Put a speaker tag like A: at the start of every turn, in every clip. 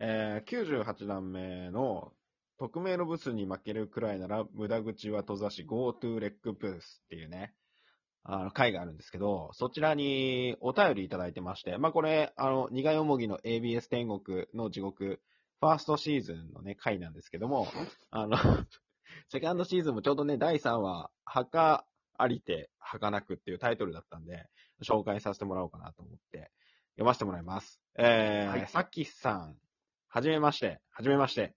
A: えー、98段目の、匿名のブスに負けるくらいなら、無駄口は閉ざし、GoTo レックブースっていうね、あの、回があるんですけど、そちらにお便りいただいてまして、まあ、これ、あの、苦いおもぎの ABS 天国の地獄、ファーストシーズンのね、回なんですけども、あの セカンドシーズンもちょうどね、第3話、墓ありて、儚くっていうタイトルだったんで、紹介させてもらおうかなと思って、読ませてもらいます。えー、はい、さきさん、はじめまして、はじめまして。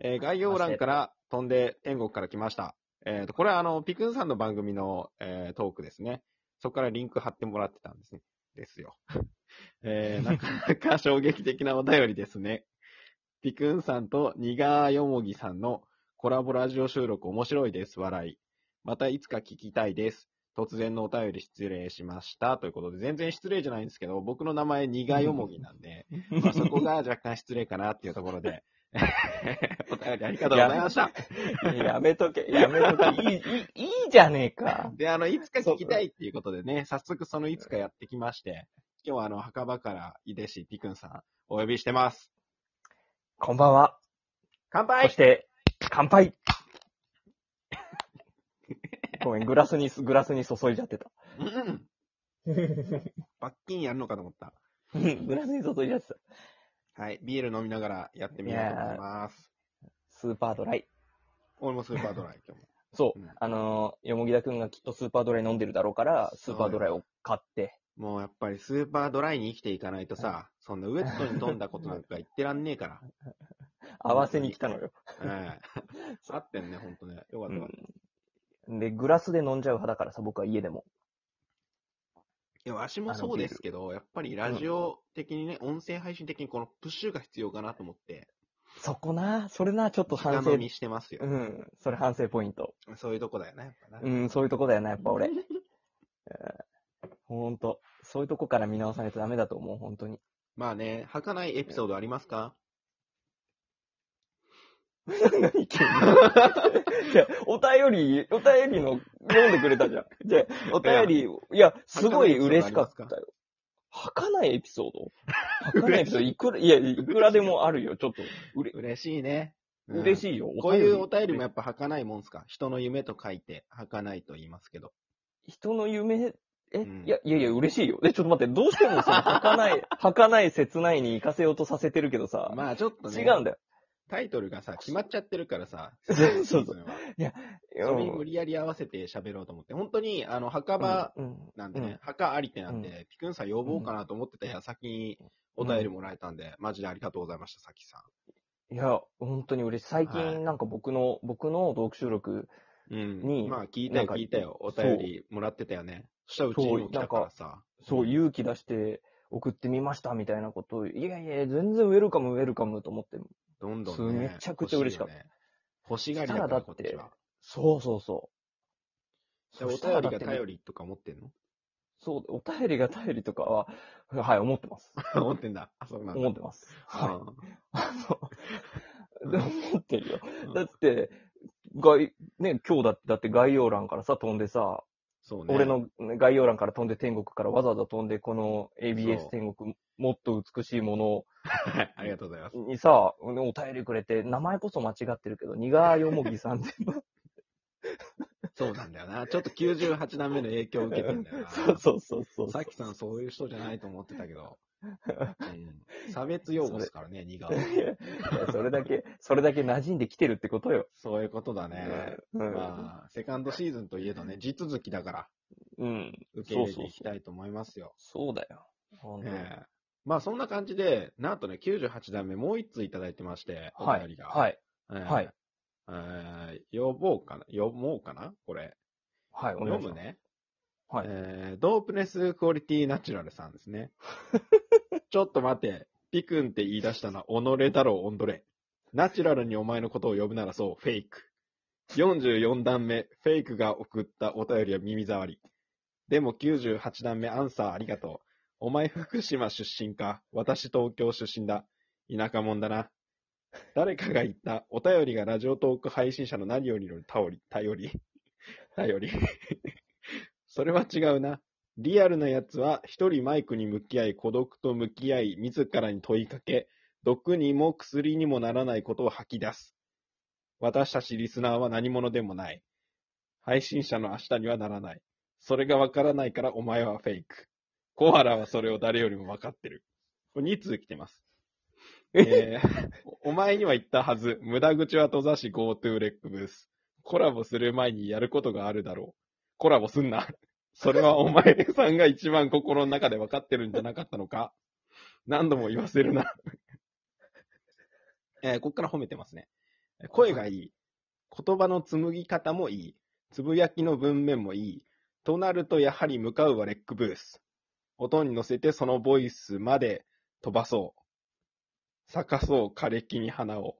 A: えー、概要欄から飛んで天国から来ました。えっ、ー、と、これはあの、ピクンさんの番組の、えー、トークですね。そこからリンク貼ってもらってたんですね。ですよ。 えー、なかなか衝撃的なお便りですね。ピクンさんとニガーヨモギさんのコラボラジオ収録面白いです。笑い。またいつか聞きたいです。突然のお便り失礼しました。ということで、全然失礼じゃないんですけど、僕の名前、ニガヨモギなんで、まあ、そこが若干失礼かなっていうところ で、お便りありがとうございました。
B: やめとけ、やめとけ。いい、いい、いいじゃねえか。
A: で、あの、いつか聞きたいっていうことでね、早速そのいつかやってきまして、今日はあの、墓場から井出市ピクンさん、お呼びしてます。
B: こんばんは。
A: 乾杯
B: そして、乾杯ごめん、グラスに、グラスに注いじゃってた。
A: うん。 罰金やるのかと思った。
B: グラスに注いじゃってた。
A: はい、ビール飲みながらやってみようと思います。
B: スーパードライ。
A: 俺もスーパードライ、今日も。
B: そう、うん、あのー、よもぎだくんがきっとスーパードライ飲んでるだろうから、スーパードライを買って。
A: もうやっぱりスーパードライに生きていかないとさ、そんなウエットに飛んだことなんか言ってらんねえから。
B: 合わせに来たのよ。、
A: ええ。合ってんね、ほんとね。よかったよかった
B: うん。で、グラスで飲んじゃう派だからさ、僕は家でも。
A: いや、わしもそうですけど、やっぱりラジオ的にね、うん、音声配信的にこのプッシュが必要かなと思って。
B: そこな、それな、ちょっと反省。
A: してますよ。
B: うん、それ反省ポイント。
A: そういうとこだよね、
B: うん、そういうとこだよな、やっぱ俺。ほんと、そういうとこから見直さないとダメだと思う、本当に。
A: まあね、はかないエピソードありますか、
B: 何急に。お便り、お便りの、読んでくれたじゃん。じゃお便り、いや、すごい嬉しかったよ。はかないエピソードはかないエピソード、いくら、いや、いくらでもあるよ、ちょっと。
A: うれ嬉しいね。
B: うん、嬉しいよ。
A: こういうお便りもやっぱはかないもんすか人の夢と書いて、はかないと言いますけど。
B: 人の夢、え、うん、いや、いやいや、嬉しいよ。え、ちょっと待って、どうしてもさ、はかない、はかない切ないに行かせようとさせてるけどさ。
A: まあちょっとね。
B: 違うんだよ。
A: タイトルがさ、決まっちゃってるからさ。
B: そうそうそう。いや、
A: それに無理やり合わせて喋ろうと思って。本当に、あの、墓場なんでね、うんうん、墓ありてなんで、うん、ピクンさん呼ぼうかなと思ってた矢先にお便りもらえたんで、マジでありがとうございました、さきさ
B: ん。いや、本当に嬉しい。最近なんか僕の、はい、僕の同期収録に、
A: まあ聞いたよ、聞いたよ。お便りもらってたよね。そしたらうちにも来たからさ。
B: そう、勇気出して、送ってみましたみたいなことを、いやいや、全然ウェルカムウェルカムと思って、
A: どんどん、
B: ね、めちゃくちゃ嬉しかった。
A: 欲し,、ね、欲しがりだから。
B: だって、そうそうそう
A: お便りが頼りとか思ってんの
B: そう、お便りが頼りとかは、はい、思ってます。
A: 思ってんだ。あ、そうなん
B: 思ってます。はい。あの、思ってるよ。だって、がい、ね、今日だって、だって概要欄からさ、飛んでさ、
A: ね、
B: 俺の概要欄から飛んで天国からわざわざ飛んで、この ABS 天国、もっと美しいものを、
A: ありがとうございます。
B: にさ、お便りくれて、名前こそ間違ってるけど、ニガーヨモギ さんで。
A: そうなんだよな。ちょっと98段目の影響を受けてんだよな。
B: そうそうそうそう
A: さっきさんそういう人じゃないと思ってたけ ど。うん、差別用語ですからね、ニガー
B: は。それだけ、それだけ馴染んできてるってことよ。
A: そういうことだね。うん、まあ、セカンドシーズンといえどね、地続きだから。
B: うん。
A: 受け入れていきたいと思いますよ。
B: そうだよ。ほんと
A: えー、まあ、そんな感じで、なんとね、98段目もう1通いただいてまして、、
B: はい
A: お便りが。
B: はい。
A: えー、はい。えー、呼ぼうかな呼ぼうかなこれ。
B: はい、お
A: 願いします。読むね。
B: はい。
A: えー、ドープネスクオリティナチュラルさんです ね。ちょっと待って。ピクンって言い出したのは、己だろう、オンドレ。ナチュラルにお前のことを呼ぶならそう、フェイク。44段目、フェイクが送ったお便りは耳障り。でも98段目、アンサーありがとう。お前福島出身か。私東京出身だ。田舎者だな。誰かが言った、お便りがラジオトーク配信者の何よりの頼り、頼り、頼り。それは違うな。リアルなやつは一人マイクに向き合い、孤独と向き合い、自らに問いかけ、毒にも薬にもならないことを吐き出す。私たちリスナーは何者でもない。配信者の明日にはならない。それがわからないからお前はフェイク。コアラはそれを誰よりもわかってる。これ2通来てます。えーお前には言ったはず。無駄口は閉ざし GoTo レックブース。コラボする前にやることがあるだろう。コラボすんな。それはお前さんが一番心の中で分かってるんじゃなかったのか何度も言わせるな。えーこっから褒めてますね。声がいい。言葉の紡ぎ方もいい。つぶやきの文面もいい。となると、やはり向かうはレックブース。音に乗せてそのボイスまで飛ばそう。咲かそう枯れ木に花を。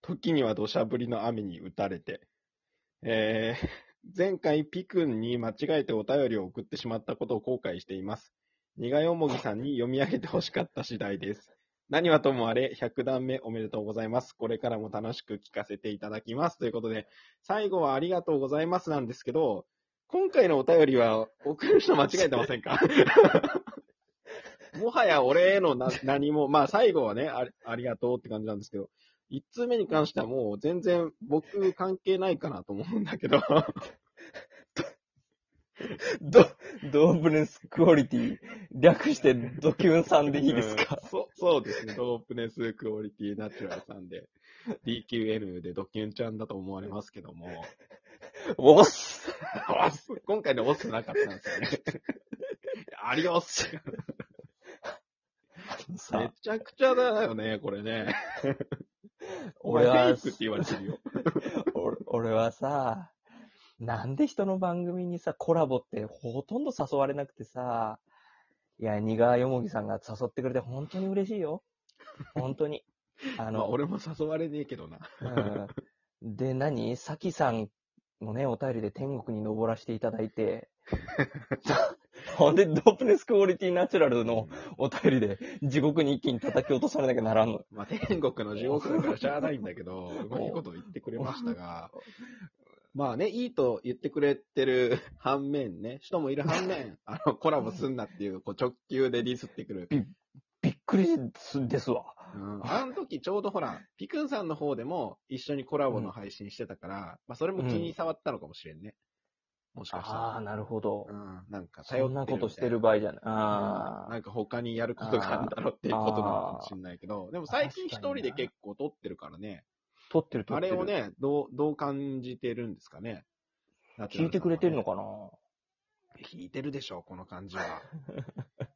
A: 時には土砂降りの雨に打たれて。えー前回ピクンに間違えてお便りを送ってしまったことを後悔しています。苦いおもぎさんに読み上げてほしかった次第です。何はともあれ、100段目おめでとうございます。これからも楽しく聞かせていただきます。ということで、最後はありがとうございますなんですけど、今回のお便りは送る人間違えてませんかもはや俺へのな何も、まあ最後はねあり、ありがとうって感じなんですけど、一通目に関してはもう全然僕関係ないかなと思うんだけど。
B: ド、ドープネスクオリティ。略してドキュンさんでいいですか、
A: うんそうそうですね。ドープネスクオリティナチュラルさんで、DQN でドキュンちゃんだと思われますけども、
B: おっす
A: 今回で押すなかったんですよね。 あり ます
B: さ
A: めちゃくちゃだよね、これね。お前
B: 俺
A: フェ
B: は
A: イクって言われてるよ。
B: 俺 俺はさ、なんで人の番組にさ、コラボってほとんど誘われなくてさ、いや、苦川よもぎさんが誘ってくれて本当に嬉しいよ。本 当に。
A: あ
B: あ
A: の、
B: の、
A: 俺も誘われねえけどな。
B: うん、で、何さきさんのね、お便りで天国に登らせていただ いて、ほんで、ドープネスクオリティナチュラルのお便りで地獄に一気に叩き落とされなきゃならんの。
A: まあ、天国の地獄だからしゃあないんだけ ど、うまいこと言ってくれましたが、まあね、いいと言ってくれてる 反面ね、人もいる反 面、あの、コラボすんなっていう、こう直球でディスってくる。
B: びっくりですですわ。
A: うん、あの時ちょうどほら、ピクンさんの方でも一緒にコラボの配信してたから、まあそれも気に触ったのかもしれんね。もしかした
B: ああ、
A: ら。
B: なるほど
A: う。ん、なんか頼ってる
B: そ
A: みたい
B: んなことしてる場合じゃない。
A: な
B: あ
A: んか他にやることがあるんだろうっていうことなのかもしれないけど、でも最近一人で結構撮ってるからね。
B: あ、撮ってる撮
A: あ
B: って
A: れ
B: る。
A: をね、どう、どう感じてるんですかね。
B: 聞いてくれてるの
A: か
B: かな
A: 聞いてるでしょ、この感じは。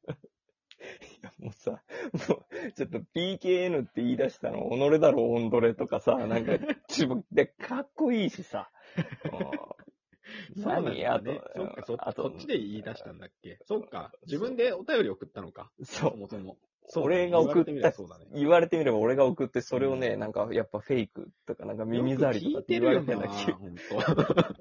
B: いや、もうさ、もう、ちょっと PKN って言い出したの、己だろ、オンドレとかさ、なんか、ち ょで、かっこいいしさ。うん
A: そうなんだ
B: 何あ
A: ね
B: と。、
A: そっか、そ
B: あと
A: こっちで言い出したんだっけ。そっか、自分でお便り送ったのか。
B: そ。
A: そうもそも。
B: 俺が送
A: 言われ
B: った
A: てみればそうだね。
B: 言われてみれば俺が送って、それをね、
A: う
B: なんか、やっぱフェイクとか、なんか耳障りとかって言われて
A: よ
B: な
A: く
B: い
A: 聞いてるよな本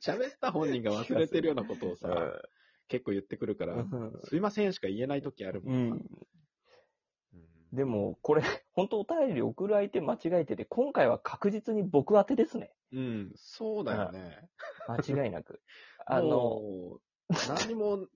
A: 当喋った本人が忘れてるようなことをさ、結構言ってくるから、すいませんしか言えない時あるも。
B: うんん。でも、これ、本当お便り送る相手間違えてて、今回は確実に僕宛てですね。
A: うん、そうだよね。
B: 間違いな く。あの、
A: もう、何も、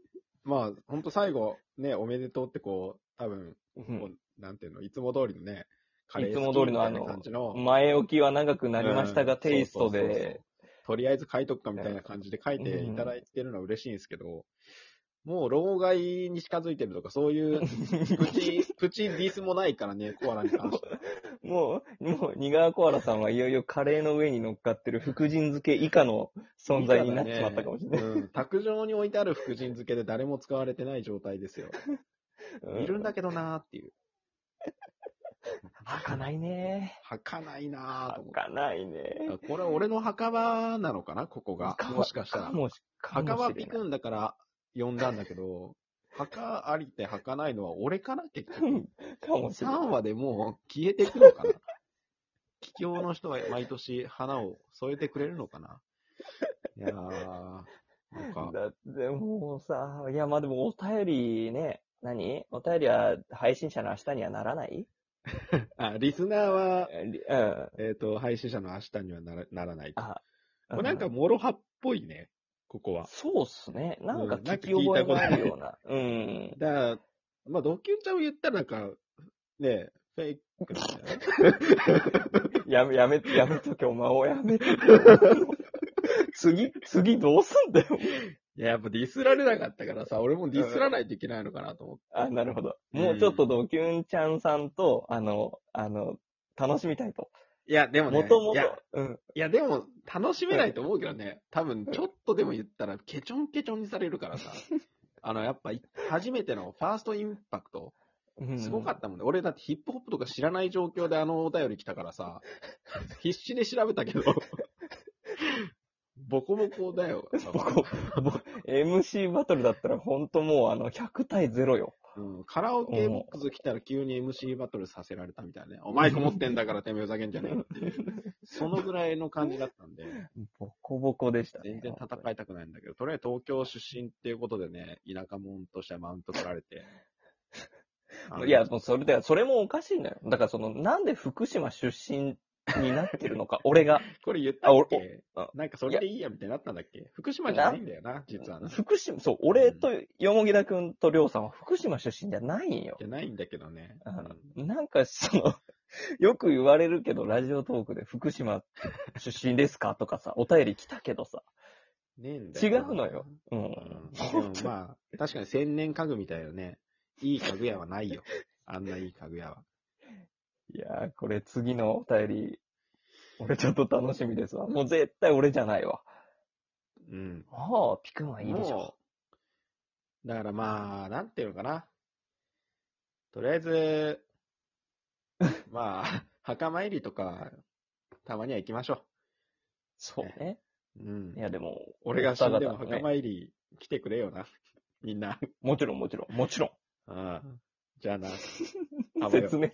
A: まあ、ほんと最後、ね、おめでとうってこう、多分、
B: うん
A: こうなんていうの、いつも通りのね、カレー
B: いつも
A: 好きみ
B: 通り
A: た
B: の
A: いな感じの、
B: 前置きは長くなりましたが、
A: うん
B: テイストで。
A: そうそうそうそうとりあえず書いとくかみたいな感じで書いていただいてるのは嬉しいんですけど、もう、老害に近づいてるとか、そういう、プ チ、プチディスもないからね、コアラに関しては。
B: もう、もう、ニガーコアラさんはいよいよカレーの上に乗っかってる福神漬け以下の存在になっちまったかもしれない。
A: うん。卓上に置いてある福神漬けで誰も使われてない状態ですよ。いるんだけどなーっていう。
B: はかないね。
A: はかないなー
B: は
A: と思って。
B: かないね。
A: これ俺の墓場なのかなここが。もしかしたら。
B: もしか
A: 墓場ピ
B: か
A: ク
B: もし
A: ンだから呼んだんだけど、墓ありって墓ないのは俺かな結
B: れ
A: 局。
B: ない。かもしれない。
A: 3話でもう消えていくのかな桔梗の人は毎年花を添えてくれるのかないやー、なんか、
B: だってもうさ、いやまあでもお便りね、何お便りは配信者の明日にはならない
A: あ、 リスナーは、
B: うん。
A: えっ、と、配信者の明日にはならならないと。
B: あ、
A: これなんか、もろ派っぽいね、ここは。
B: そうっすね。なんか
A: うんなんか
B: 聞き覚えもあ
A: 聞い
B: る
A: た
B: ような。うん。
A: だから、まあ、ドキュンちゃんを言ったらなんか、ね、フェイクなんだよね。
B: やめ、やめ、やめとけ、お前をやめとけ。次、次どうすんだよ。
A: いや、やっぱディスられなかったからさ、俺もディスらないといけないのかなと思って。
B: あ、なるほど。もうちょっとドキュンちゃんさんと、あの、あの、楽しみたいと。
A: いや、でもね。
B: もとも
A: いや、
B: と、うん。
A: いやでも、楽しめないと思うけどね。多分、ちょっとでも言ったら、ケチョンケチョンにされるから さ。あの、やっぱ、初めてのファーストインパクト、
B: うん
A: すごかったもんね。俺だってヒップホップとか知らない状況であのお便り来たからさ、 必死で調べたけど、 ボコボコだよ。
B: ボコ MC バトルだったらほんともうあの、100対0よ。
A: うん、カラオケボックス来たら急に MC バトルさせられたみたいね。お前と思ってんだからてめえふざけんじゃねえよ っていう。そのぐらいの感じだったんで、
B: ボコボコでした、
A: 全然戦いたくないんだけど、とりあえず東京出身っていうことでね、田舎者としてはマウント取られて。あの
B: いや、もうそれだよ。それもおかしいんだよ。だからその、なんで福島出身になってるのか、俺が。
A: これ言ったっ
B: あ
A: け
B: おあ
A: なんかそれでいいやみたいになったんだっけ福島じゃないんだよな、実はな。
B: 福島、そう、俺と、よもぎだくんとりょうさんは福島出身じゃないんよ
A: じ。ゃないんだけどね。うん
B: うんなんか、その、 よく言われるけど、ラジオトークで福島出身ですかとかさ、お便り来たけどさ。
A: ねえんだよ
B: 違うのよ。う。
A: うんん、でもまあ、確かに千年家具みたいなね、いい家具屋はないよ。あんないい家具屋は。
B: いやー、これ次のお便り、俺ちょっと楽しみですわ。もう絶対俺じゃないわ。
A: うん。
B: ああ、ピくんはいいでしょ。
A: もうだからまあ、なんていうのかな。とりあえず、まあ、 墓参りとか、たまには行きましょ
B: そうね。
A: う。うん
B: い。や、でも、
A: 俺が死んでも
B: お二方
A: 墓
B: のね
A: 参り来てくれよな。みんな。啊
B: もちろん、もちろん、もちろん。
A: うん。じゃあな。あ
B: 説明。